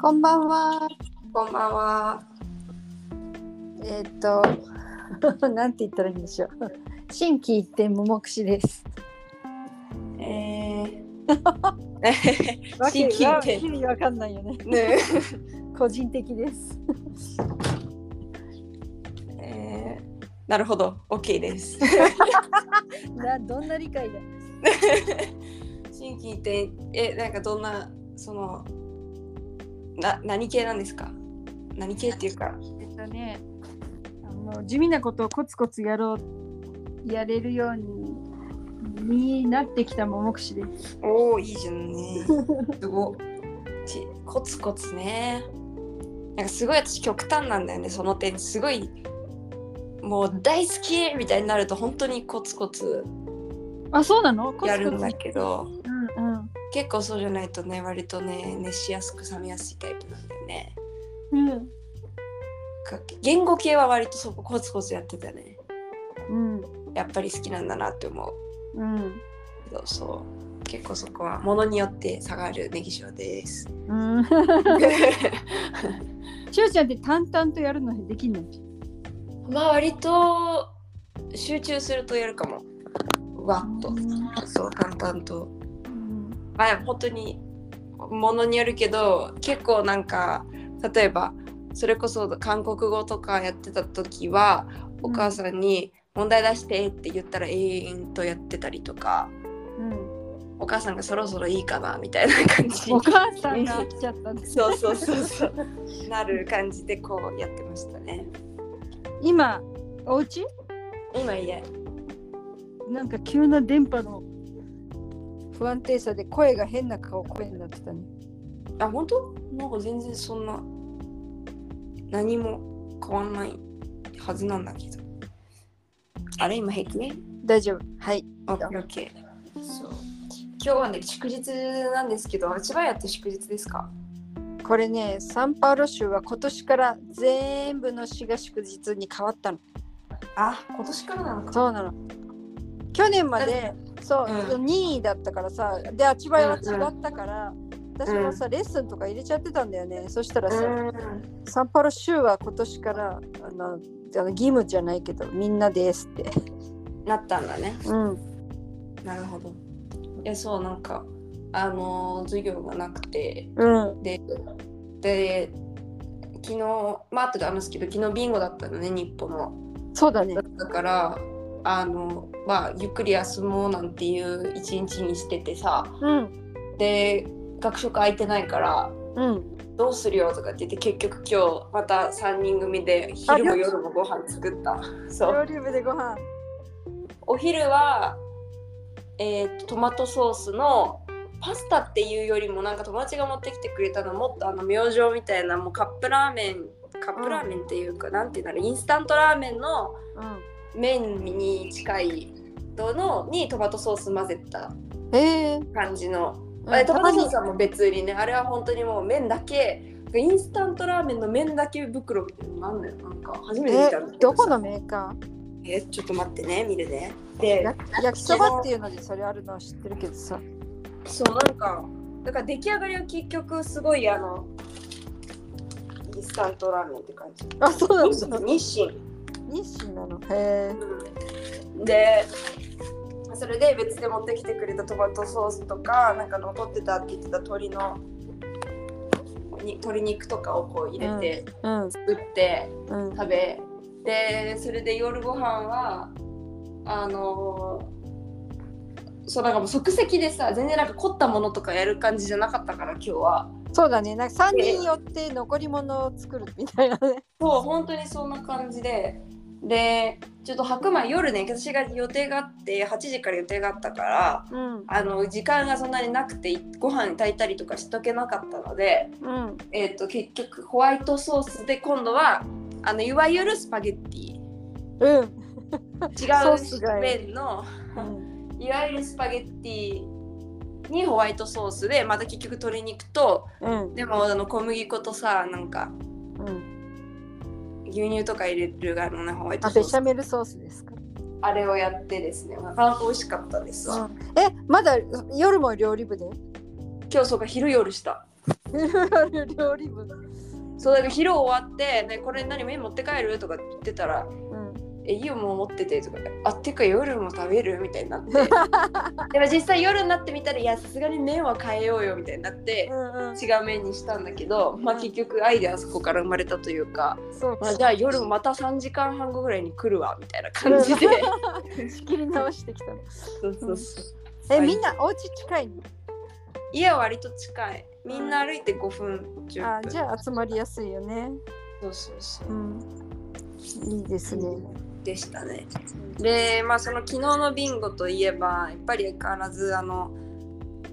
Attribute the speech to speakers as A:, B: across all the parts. A: こんばんは。
B: こんばんは。
A: えっ、と、 なんて言ったらいいんでしょう。新規一点も目視です。
B: えー、新規一点
A: わけわ意味わかんないよね。
B: ね
A: 個人的です。
B: ええーなるほど、OK です。
A: な、どんな理解だ。
B: 新規一点、え、なんかどんな、その、な何系なんですか何系っていうか、
A: えっとね、あの地味なことをコツコツやろう、やれるように。になってきたも目視です。
B: おお、いいじゃんね。すごいちコツコツね。なんかすごい私極端なんだよね、その点。すごい、もう大好きみたいになると本当にコツコツ
A: あ、そうなの。コツコツ
B: やるんだけど、
A: うんうん。
B: 結構そうじゃないとね、割とね、熱しやすく冷めやすいタイプなんだよね。
A: うん。
B: か言語系は割とそこコツコツやってたね
A: うん。
B: やっぱり好きなんだなって思う
A: うん。
B: けどそう結構そこはものによって差があるネギ塩です
A: うん。しゅうちゃんって淡々とやるのできんの。
B: まあ割と集中するとやるかもわっとそう淡々と
A: うん。
B: まあでも本当にものによるけど結構なんか例えばそれこそ韓国語とかやってた時はお母さんに「問題出して」って言ったら永遠とやってたりとか、
A: うん。
B: お母さんがそろそろいいかなみたいな感じ
A: お母さんが来ちゃったんです。
B: そうそうそうそうなる感じでこうやってましたね
A: 今、お家
B: 今家
A: なんか急な電波の不安定さで声が変な顔声になってたね。
B: あ本当なんか全然そんな何も変わんないはずなんだけどあれ今平気ね
A: 大丈夫。はい。
B: オッケーオッケーそう今日はね祝日なんですけど千葉やって祝日ですか
A: これね、サンパウロ州は今年から全部の市が祝日に変わったの。
B: あ今年からなのか
A: そうなの。去年まで、そう、
B: うん
A: 2位だったからさ、で、あちばやは違ったから、私もさ、レッスンとか入れちゃってたんだよね。そしたらさ、
B: うん
A: サンパウロ州は今年からあのあの義務じゃないけどみんなですって。
B: なったんだね
A: うん。
B: なるほどいやそうなんかあのー授業がなくて
A: うん。
B: でで昨日まあ後で話すけど昨日ビンゴだったのね日本の
A: そうだね
B: だ。ったからあのまあゆっくり休もうなんていう一日にしててさ
A: うん。
B: で学食空いてないから
A: うん。
B: どうするよとかって言って結局今日また3人組で昼も
A: あ
B: 夜もご飯作ったそう
A: 料理部でご飯。
B: お昼は、えーとトマトソースのパスタっていうよりもなんか友達が持ってきてくれたのもっとあの明星みたいなもうカップラーメンカップラーメンっていうか、なんていうんだろうインスタントラーメンの麺に近いののにトマトソース混ぜた
A: うん。ええ
B: 感じの、あ
A: ー。
B: れトマトソース
A: た
B: はもう別売りねあれは本当にもう麺だけインスタントラーメンの麺だけ袋みたいなのなんだよなんか初
A: ま
B: め
A: に
B: て見
A: え
B: たんだけ
A: どこ
B: さ
A: のメーカー
B: えちょっと待ってね見るねで
A: や焼きそばっていうのでそれあるのは知ってるけどさ。
B: そうなんかだから出来上がりは結局すごいあのインスタントラーメンって感じ
A: あ、そうなの
B: 日清日清
A: 日清なの。へ
B: でそれで別で持ってきてくれたトマトソースとかなんか残ってたって言ってた鶏のに鶏肉とかをこう入れて
A: え。うん。
B: 作って
A: うん。
B: 食べでそれで夜ご飯はあのそうなんかもう即席でさ全然なんか凝ったものとかやる感じじゃなかったから今日は
A: そうだね。なんか三人寄って残り物を作るみたいなね。
B: そう本当にそんな感じででちょっと白米夜ね私が予定があって8時から予定があったから
A: うん。
B: あの時間がそんなになくてご飯炊いたりとかしとけなかったので、
A: うん。
B: えっと結局ホワイトソースで今度はあのいわゆるスパゲッティ
A: うん。ソース
B: 違
A: が
B: う麺の
A: うん
B: いわゆるスパゲッティにホワイトソースでまた結局鶏肉と
A: うん。
B: でもあの小麦粉とさなんか
A: うん。
B: 牛乳とか入れるあのねホワイト
A: あ、
B: ソ
A: ベ
B: ー
A: シ
B: ス
A: ャメルソースですか。
B: あれをやってですねなかなか美味しかったですわ
A: え、まだ夜も料理部で
B: 今日そうか昼夜した
A: 料理部。
B: そうだから昼終わって、ね、これ何麺持って帰るとか言ってたら
A: うん。
B: 「えいいよもう持ってて」とか「あてか夜も食べる?」みたいになってでも実際夜になってみたら「いやさすがに麺は変えようよ」みたいになって
A: うんうん。
B: 違う麺にしたんだけど、まあ、結局アイデアはそこから生まれたというか、
A: そう
B: ま
A: か
B: あ、。じゃあ夜また3時間半後ぐらいに来るわみたいな感じで
A: 仕切り直してきたの。
B: そうそうそう
A: え、
B: はい
A: みんなお家近いの。
B: 家は割と近いみんな歩いて5分
A: あ
B: 10
A: ー、
B: 分
A: じゃあ集まりやすいよね。
B: そうそうそう
A: うん。いいですね。
B: でしたね。でまあその昨日のビンゴといえばやっぱり変わらずあの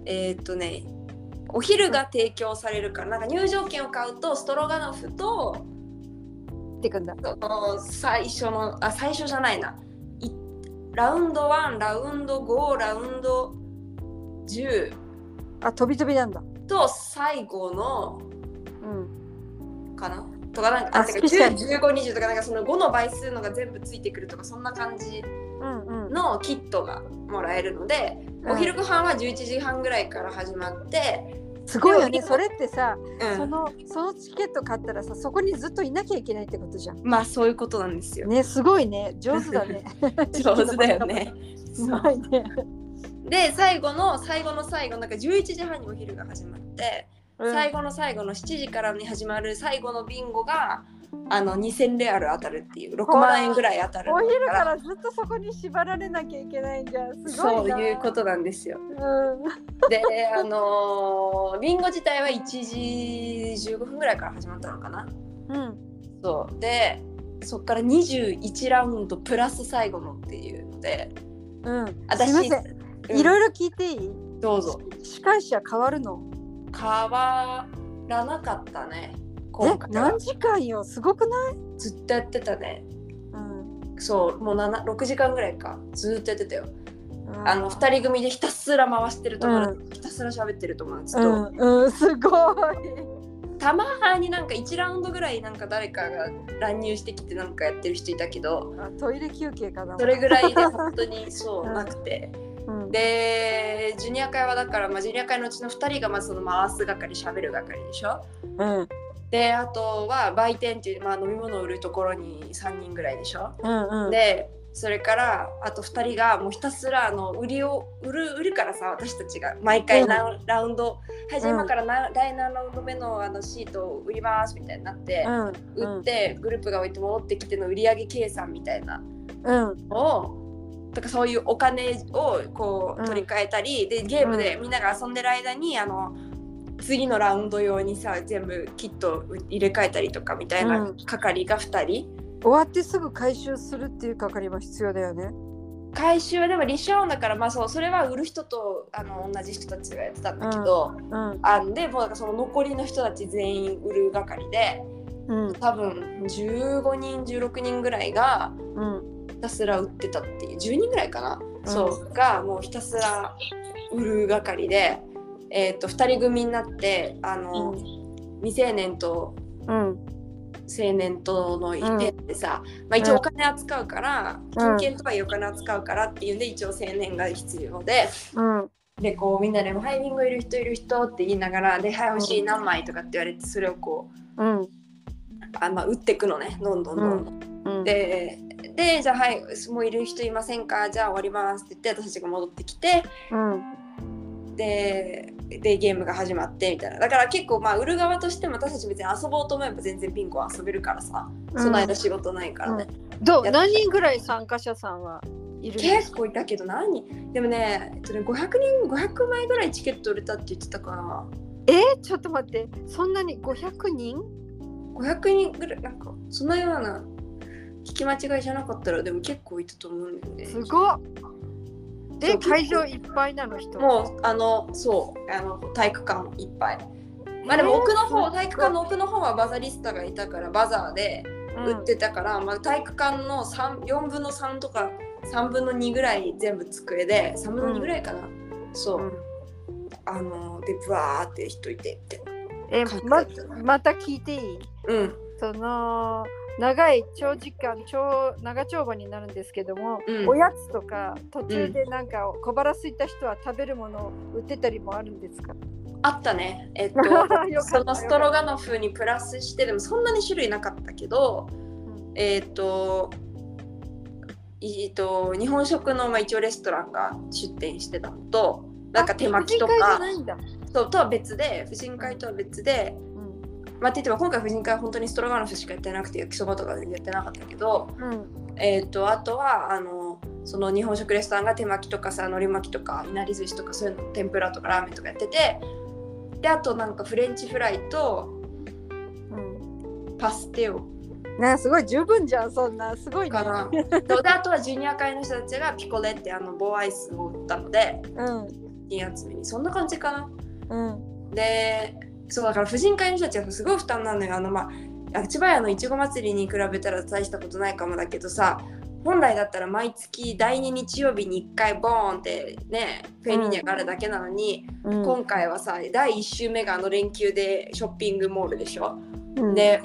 B: えーっとねお昼が提供されるからなんか入場券を買うとストロガノフと
A: ってかんだ。
B: その最初のあ最初じゃないないラウンド1ラウンド5ラウンド10
A: あ、飛び飛びなんだ。
B: と最後の
A: うん。
B: かなとかなんか
A: あ
B: あてか
A: スペシャル
B: 101520とかなんかその5の倍数のが全部ついてくるとかそんな感じ
A: うんうん。
B: のキットがもらえるので
A: うん
B: お昼ご飯は11時半ぐらいから始まって、
A: すごいよ
B: で
A: ね。
B: も
A: それってさ、
B: う
A: そ
B: ん、
A: の、そのチケット買ったらさ、そこにずっといなきゃいけないってことじゃん。
B: まあそういうことなんですよ。
A: ね、すごいね。上手だ ね。
B: 上手だよね。
A: す ごいね。
B: で最後の最後の最後なんか11時半にお昼が始まって、最
A: 後。
B: 後の最後の7時からに始まる最後のビンゴがあの2000レアル当たるっていう6万円ぐらい当たる
A: お昼からずっとそこに縛られなきゃいけないんじゃん。すご
B: そ
A: いうな。
B: いうことなんですよ。
A: うん。
B: であのービンゴ自体は1時15分ぐらいから始まったのかな。
A: うん。
B: そうでそっから21ラウンドプラス最後のっていうので
A: うん。
B: 私
A: すいません。
B: うん
A: いろいろ聞いていい
B: どうぞ
A: 司会者変わるの
B: 変わらなかったね
A: え
B: 今回は
A: 何時間よすごくない、
B: ずっとやってたね
A: うん、
B: そうもう7 6時間ぐらいかずっとやってたよあの
A: 人
B: 2人組でひたすら回してる友達、
A: う
B: ひたすら喋ってる友達
A: う
B: と、
A: ん、うん、すごい
B: たまになんか1ラウンドぐらいなんか誰かが乱入してきてなんかやってる人いたけ ど
A: あトイレ休憩かな
B: それぐらいで本当 にそう
A: うん
B: なくて
A: うん
B: でジュニア会はだから、まあ、ジュニア会のうちの2人がまあその回す係喋る係でしょ
A: うん
B: であとは売店っていう、まあ、飲み物を売るところに3人ぐらいでしょ、
A: うんうん
B: でそれからあと2人がもうひたすらあの売りを売る売るからさ私たちが毎回ラ,、ラウンドはいじゃあ
A: うん
B: 今からな第何ラウンド目のあのシートを売りますみたいになって、
A: う
B: 売ってグループが置いて戻ってきての売り上げ計算みたいな
A: うんうん
B: をとかそういうお金をこ
A: う
B: うん取り替えたり、でゲームでみんなが遊んでる間にあの次のラウンド用にさ全部キットを入れ替えたりとかみたいうなん係が2人、
A: 終わってすぐ回収するっていう係は必要だよね
B: 回収はでもリシャオンだからまあそうそれは売る人とあの同じ人たちがやってたんだけど、
A: うん
B: あんでもうなんかその残りの人たち全員売る係で
A: うん
B: 多分15人16人ぐらいが
A: うん
B: ひたすら売ってたっていう10人ぐらいかな、
A: ん
B: そうがもうひたすら売る係で、えー、と2人組になってあの、
A: う
B: 未成年と
A: うん
B: 青年との一点でさ、まあ、一応お金扱うから、金券とかいうお金扱うからっていうんで一応青年が必要で。
A: うん
B: でこうみんなでも「ハイビングいる人いる人」って言いながら「ではい欲しい何枚」とかって言われてそれをこう
A: うん
B: あ、まあ、売ってくのねどんどんどんどん
A: うん
B: ででじゃあはいもういる人いませんかじゃあ終わりますって言って私たちが戻ってきて
A: うん
B: ででゲームが始まってみたいなだから結構まあ売る側としても私たち別に遊ぼうと思えば全然ビンゴは遊べるからさその間仕事ないからね、
A: ど
B: や
A: う
B: っ
A: 何人ぐらい参加者さんはいるの
B: 結構いたけど何人でもねえっとね500人500枚ぐらいチケット売れたって言ってたかな
A: えちょっと待ってそんなに500人
B: 500人ぐらいなんかそのような聞き間違いじゃなかったらでも結構いたと思うんだよね
A: すごっ
B: そ
A: え
B: う
A: 会場いっぱいなの人
B: もうあのそうあの体育館いっぱいまあでも奥の方、体育館の奥の方はバザリスタがいたからバザーで売ってたから、まあ、体育館の3 4分の3とか3分の2ぐらい全部机で3分の2ぐらいかな、そう、あのでブワーって人いてって
A: え
B: 感じだ
A: ま
B: ったな
A: また聞いていい
B: うん
A: その長い長時間長長丁場になるんですけども、
B: うん
A: おやつとか途中でなんか小腹空いた人は食べるものを売ってたりもあるんですか、
B: あったねえっ と
A: よかったよ
B: そのストロガノフにプラスしてでもそんなに種類なかったけど
A: ん
B: えっといえっと日本食のまあ一応レストランが出店してたのとなんか手巻きと
A: あ婦人会じゃ
B: か
A: ないんだ。
B: そうとは別で婦人会とは別で
A: うん
B: まあって言っても今回婦人会は本当にストロガノフしかやってなくて焼きそばとかやってなかったけど
A: うん
B: えっとあとはあのその日本食レストランが手巻きとかさ海苔巻きとかいなり寿司とかそういうの天ぷらとかラーメンとかやっててであとなんかフレンチフライと
A: うん。
B: パステ オ
A: ねすごい十分じゃんそんなすごいね
B: かなそうであとはジュニア会の人たちがピコレってあの棒アイスを売ったので
A: うん
B: 金集めにそんな感じかな
A: うん
B: でそうだから婦人会の人たちはすごい負担なのよあのまあ千葉屋のいちご祭りに比べたら大したことないかもだけどさ本来だったら毎月第2日曜日に1回ボーンってねフェニーニャがあるだけなのに、
A: う
B: 今回はさ第1週目があの連休でショッピングモールでしょ、
A: ん。
B: で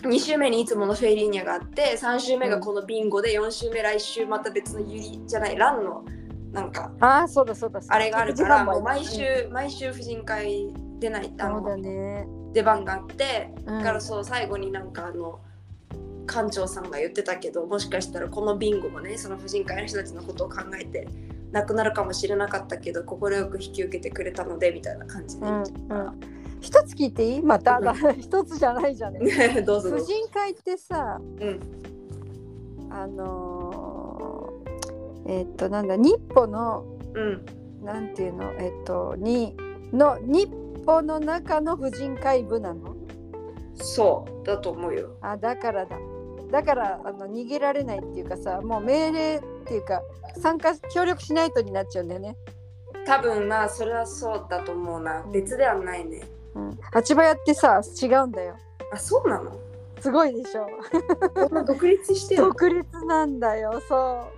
B: 2週目にいつものフェリーニャがあって3週目がこのビンゴで4週目来週また別のユリじゃないランのなんか
A: ああそうだそうだ。そうだ
B: あれがあるからもう毎。
A: 一番
B: 週毎週婦人会出ないあ
A: 前そう
B: の
A: だね。
B: 出番があって
A: うん
B: だからそう最後になんかあの館長さんが言ってたけどもしかしたらこのビンゴもねその婦人会の人たちのことを考えてなくなるかもしれなかったけど快く引き受けてくれたのでみたいな感じで
A: うん
B: 言
A: う
B: っ
A: ん
B: てたか。
A: 一つ聞いていいまただ 一つじゃないじゃん。
B: ら どうぞど
A: 婦
B: うぞ。
A: 人会ってさ、
B: うん
A: あのーえっとなんだ日歩の
B: うん
A: なんていうのえっとにの日歩の中の婦人会部なの
B: そうだと思うよ。
A: あだからだだからあの逃げられないっていうかさもう命令っていうか参加協力しないとになっちゃうんだよね、
B: 多分まあそれはそうだと思うな、
A: うん
B: 別ではないね
A: うん、立場やってさ違うんだよ
B: あそうなの
A: すごいでしょ
B: こんな独立してる
A: 独立なんだよそ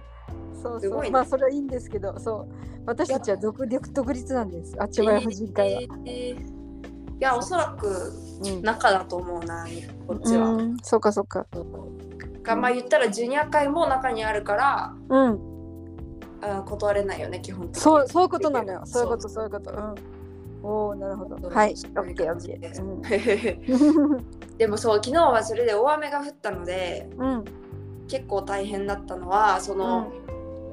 A: うそう
B: す
A: そう、
B: ごいね
A: まあそれはいいんですけどそう私たちは独立独立なんですあっちばや婦人会は、
B: えーいやおそらく
A: うん
B: 中だと思うなこっちは、
A: うんそうかそうか
B: がまあ言ったらジュニア会も中にあるから
A: うん
B: あ断れないよね基本的に
A: そうそういうことなのよそういうこととそういうことうんおおなるほど
B: そう
A: はいオ
B: そういう
A: ッケーオ
B: 感じ
A: ッケ
B: です
A: ーうん
B: でもそう昨日はそれで大雨が降ったので
A: うん
B: 結構大変だったのはその、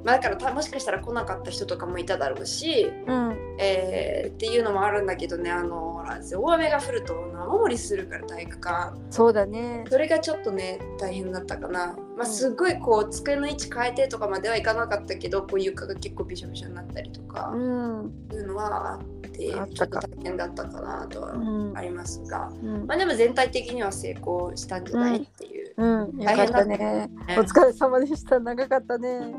B: まあ、だからたもしかしたら来なかった人とかもいただろうし
A: うん
B: えーっていうのもあるんだけどねあのほら大雨が降ると雨漏りするから体育館
A: そうだね
B: それがちょっとね大変だったかな、ま
A: ん
B: あ、すっごいこう机の位置変えてとかまではいかなかったけどこう床が結構びしょびしょになったりとか
A: うん
B: いうのはあってち
A: あ
B: ょ
A: っ
B: ったと
A: か
B: 大変だったかなと
A: う
B: は
A: ん
B: ありますが、
A: うん
B: まあ、でも全体的には成功したんじゃない、
A: うん
B: っていう。
A: うん、よかった
B: 大
A: ね。
B: ね
A: お疲れ様でした。長かったね。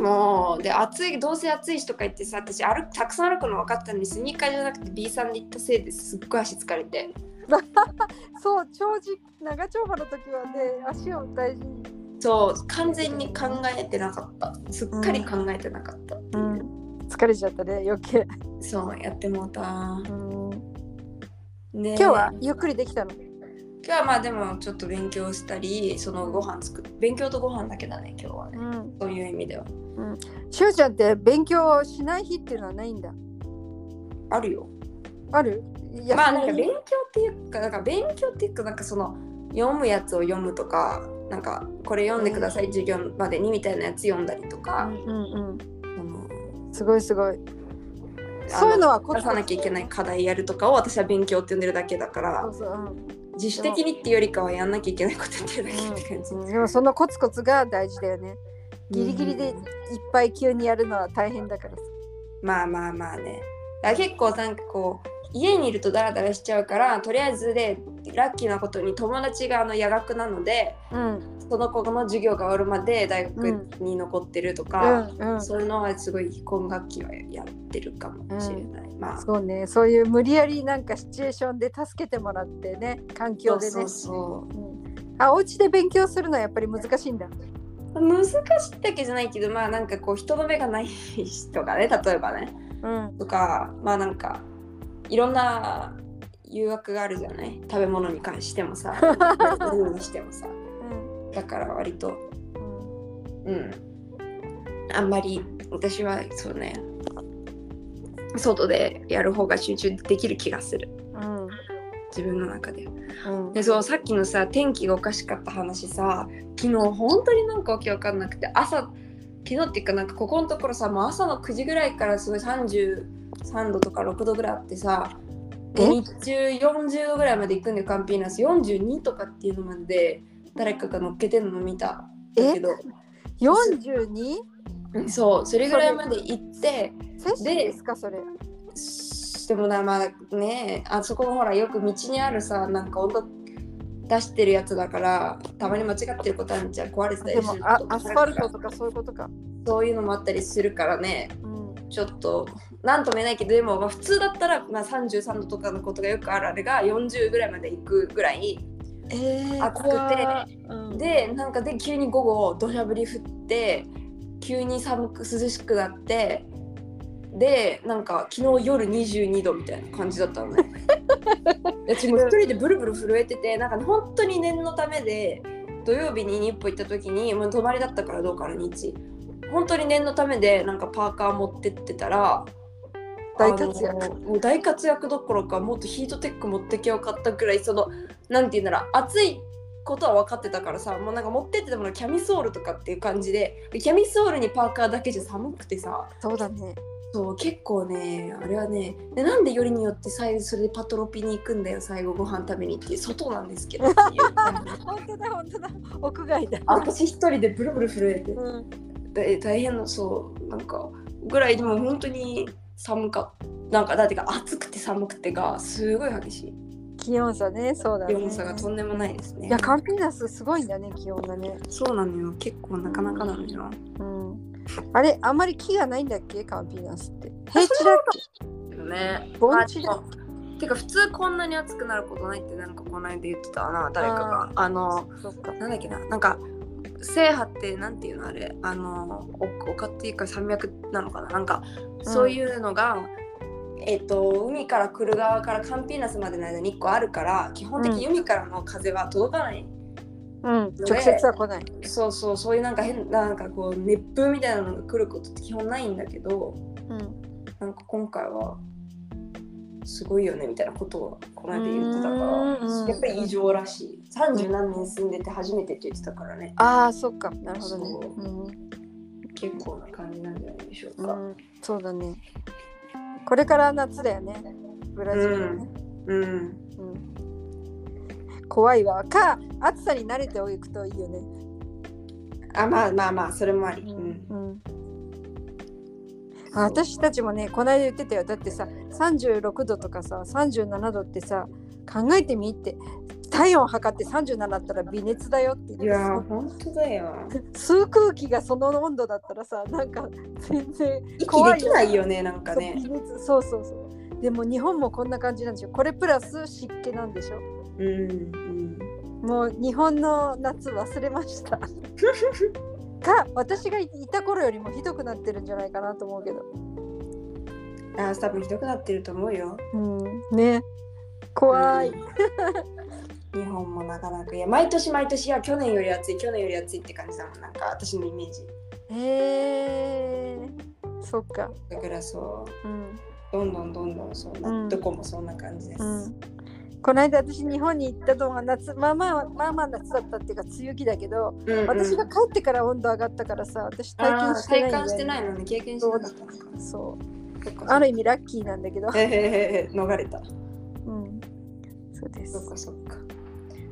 B: もうで暑いどうせ暑いしとか言ってさ私歩くたくさん歩くの分かったのにスニーカーじゃなくて B さんで行ったせいですっごい足疲れて
A: そう、長寿、長丁場の時はね、足を大事に。
B: そう完全に考えてなかったすっかり考えてなかった、
A: うん、疲れちゃったね、余計。
B: そうやってもうた、
A: うん、
B: ね
A: 今日はゆっくりできたの。
B: 今日はまあでもちょっと勉強したりそのご飯作っ勉強とご飯だけだね今日はね
A: うん、
B: そういう意味では
A: しゅうちゃんって勉強しない日っていうのはないんだ。
B: あるよ
A: ある。いや
B: まあなんか勉強っていうかなんか勉強っていうかなんかその読むやつを読むとかなんかこれ読んでください授業までにみたいなやつ読んだりと
A: う
B: か、
A: ん、うん、
B: その
A: うん、すごいすごい。
B: あ
A: そういうのはコ
B: 出
A: ツコ
B: さ
A: ツ
B: なきゃいけない課題やるとかを私は勉強って呼んでるだけだから
A: そうそう、うん
B: 自主的にっていうよりかはやんなきゃいけないことやってるだけって感じ、
A: うん。でも、そのコツコツが大事だよね。ギリギリでいっ
B: うん
A: ぱい急にやるのは大変だからさ。
B: まあまあまあねだから結構なんかこう家にいるとダラダラしちゃうからとりあえずでラッキーなことに友達があの夜学なので
A: うん、
B: その子の授業が終わるまで大学に残ってるとか、
A: うん、うん。
B: そういうのはすごい今学期はやってるかもしれない、まあ
A: そうね、そういう無理やりなんかシチュエーションで助けてもらってね、環境でね。
B: そうそう
A: うんあ、お家で勉強するのはやっぱり難しいんだ。
B: そう難しいだけじゃないけどまあなんかこう人の目がない人がね例えばね
A: うん、
B: とかまあなんかいろんな誘惑があるじゃない食べ物に関してもさ何にしてもさ
A: うん、
B: だから割と
A: うん
B: うんあんまり私はそうね外でやる方が集中できる気がする
A: うん
B: 自分の中で
A: うん
B: でそうさっきのさ天気がおかしかった話さ昨日本当になんかわけわかんなくて朝昨日っていうかなんかここのところさもう朝の9時ぐらいからすごい33度とか6度ぐらいあってさで
A: え
B: 日中40度ぐらいまで行くんでカンピーナス42とかっていうのまで誰かが乗っけてんの見たんだけど
A: 42?
B: そうそれぐらいまで行って
A: 摂氏ですかそれ
B: でもなまあねあそこもほらよく道にあるさなんか温度出してるやつだからたまに間違ってることあるんじゃん壊れてたり
A: でも
B: する
A: あ
B: ことも
A: ア
B: あ
A: ス
B: る
A: ファ
B: から
A: ルトとかそういうことか、
B: そういうのもあったりするからね
A: うん、
B: ちょっとなんとも言えないけどでも、まあ、普通だったら、まあ、33度とかのことがよくあるあれが40ぐらいまで行くぐらい
A: えー
B: 暑くて
A: 怖いうん、
B: でなんかで急に午後土砂降り降って急に寒く涼しくなってでなんか昨日夜22度みたいな感じだったのね。うちも一人でブルブル震えててなんかね本当に念のためで土曜日に日本行った時にもう泊まりだったからどうから日本当に念のためでなんかパーカー持ってってたら
A: 大活躍
B: あのもう大活躍どころかもっとヒートテック持ってきゃよかったくらいそのなんて言うんだろう暑いことは分かってたからさもうなんか持ってってたものキャミソールとかっていう感じでキャミソールにパーカーだけじゃ寒くてさ
A: そうだね
B: そう結構ねあれはねでなんでよりによって最後それでパトロピに行くんだよ最後ご飯食べにっていう外なんですけどっていう
A: 本当だ本当だ屋外だ
B: あ私一人でブルブル震えて
A: うん
B: で大変なそうなんかぐらいでも本当に寒かったなんかだってか暑くて寒くてがすごい激しい
A: 気温差ねそうだね
B: 気温差がとんでもないですね
A: いやカンピーナスすごいんだね気温がね
B: そうなのよ結構なかなかなのよ
A: うんあれあんまり木がないんだっけカンピーナスって平地だっ
B: ね
A: け盆地だっ
B: あてか普通こんなに暑くなることないってなんかこの間言ってたな誰かがあの
A: けそっか
B: なんだっけななんか制覇ってなんていうのあれあのお丘っていうか山脈なのかななんかそういうのが、えっと海から来る側からカンピーナスまでの間に1個あるから基本的に海からの風は届かない、
A: うん直接は来ない
B: そうそうそういうなんか変なんかこう熱風みたいなのが来ることって基本ないんだけど
A: うん
B: なんか今回はすごいよねみたいなことをこの間言ってたか
A: うんうんうん
B: らやっぱり異常らしい三十何年住んでて初めてって言ってたからね
A: ああそっかなるほどね
B: そう
A: うん
B: 結構な感じなんじゃないでしょう
A: う
B: か。
A: ん、そうだね。これから夏だよね。ブラジルはね。
B: うん
A: うん怖いわ。か、暑さに慣れておくといいよね。
B: あまあまあまあそれもあり。うん
A: うん。あ私たちもね、この間言ってたよ。だってさ、36度とかさ、37度ってさ、考えてみって、体温測って37だったら微熱だよって
B: いやー本当だ よ。
A: 吸う空気がその温度だったらさ、なんか全然
B: 息
A: 怖
B: で
A: い
B: き
A: よ。
B: ないよねなんかね。
A: そう微熱そうそうそう。でも日本もこんな感じなんでしょ。これプラス湿気なんでしょ。
B: うんうん。
A: もう日本の夏忘れました。か私がいた頃よりもひどくなってるんじゃないかなと思うけど。
B: あー多分ひどくなってると思うよ。
A: うん、ね。怖い。
B: うん日本もなかなかいや毎年毎年いや去年より暑い去年より暑いって感じだもんなんか私のイメージ。
A: えー、そっか。
B: だからそう。
A: うん。
B: どんどんどんどんそうな、
A: うん
B: どこもそんな感じです。
A: うん、この間私日本に行ったのが夏、まあまあまあまあ夏だったっていうか梅雨期だけど、
B: うんうん
A: 私が帰ってから温度上がったからさ、私体
B: あー
A: 験してない
B: 体
A: んだよ
B: 感
A: ね
B: してないのに経験してなかったのか。
A: そう。
B: そっかそっか
A: ある意味ラッキーなんだけど。
B: えへへへ逃れた。
A: うん。そうで
B: そっ
A: す。
B: かそっか。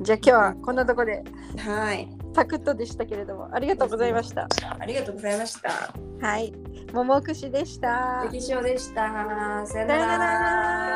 A: じゃあ今日はこんなとこで。
B: はい。
A: サクッとでしたけれども、ありがとうございました。
B: ありがとうございました。
A: はい、ももくしでした。
B: 歴史でした。さよ
A: さ
B: な
A: よ
B: ら
A: なら。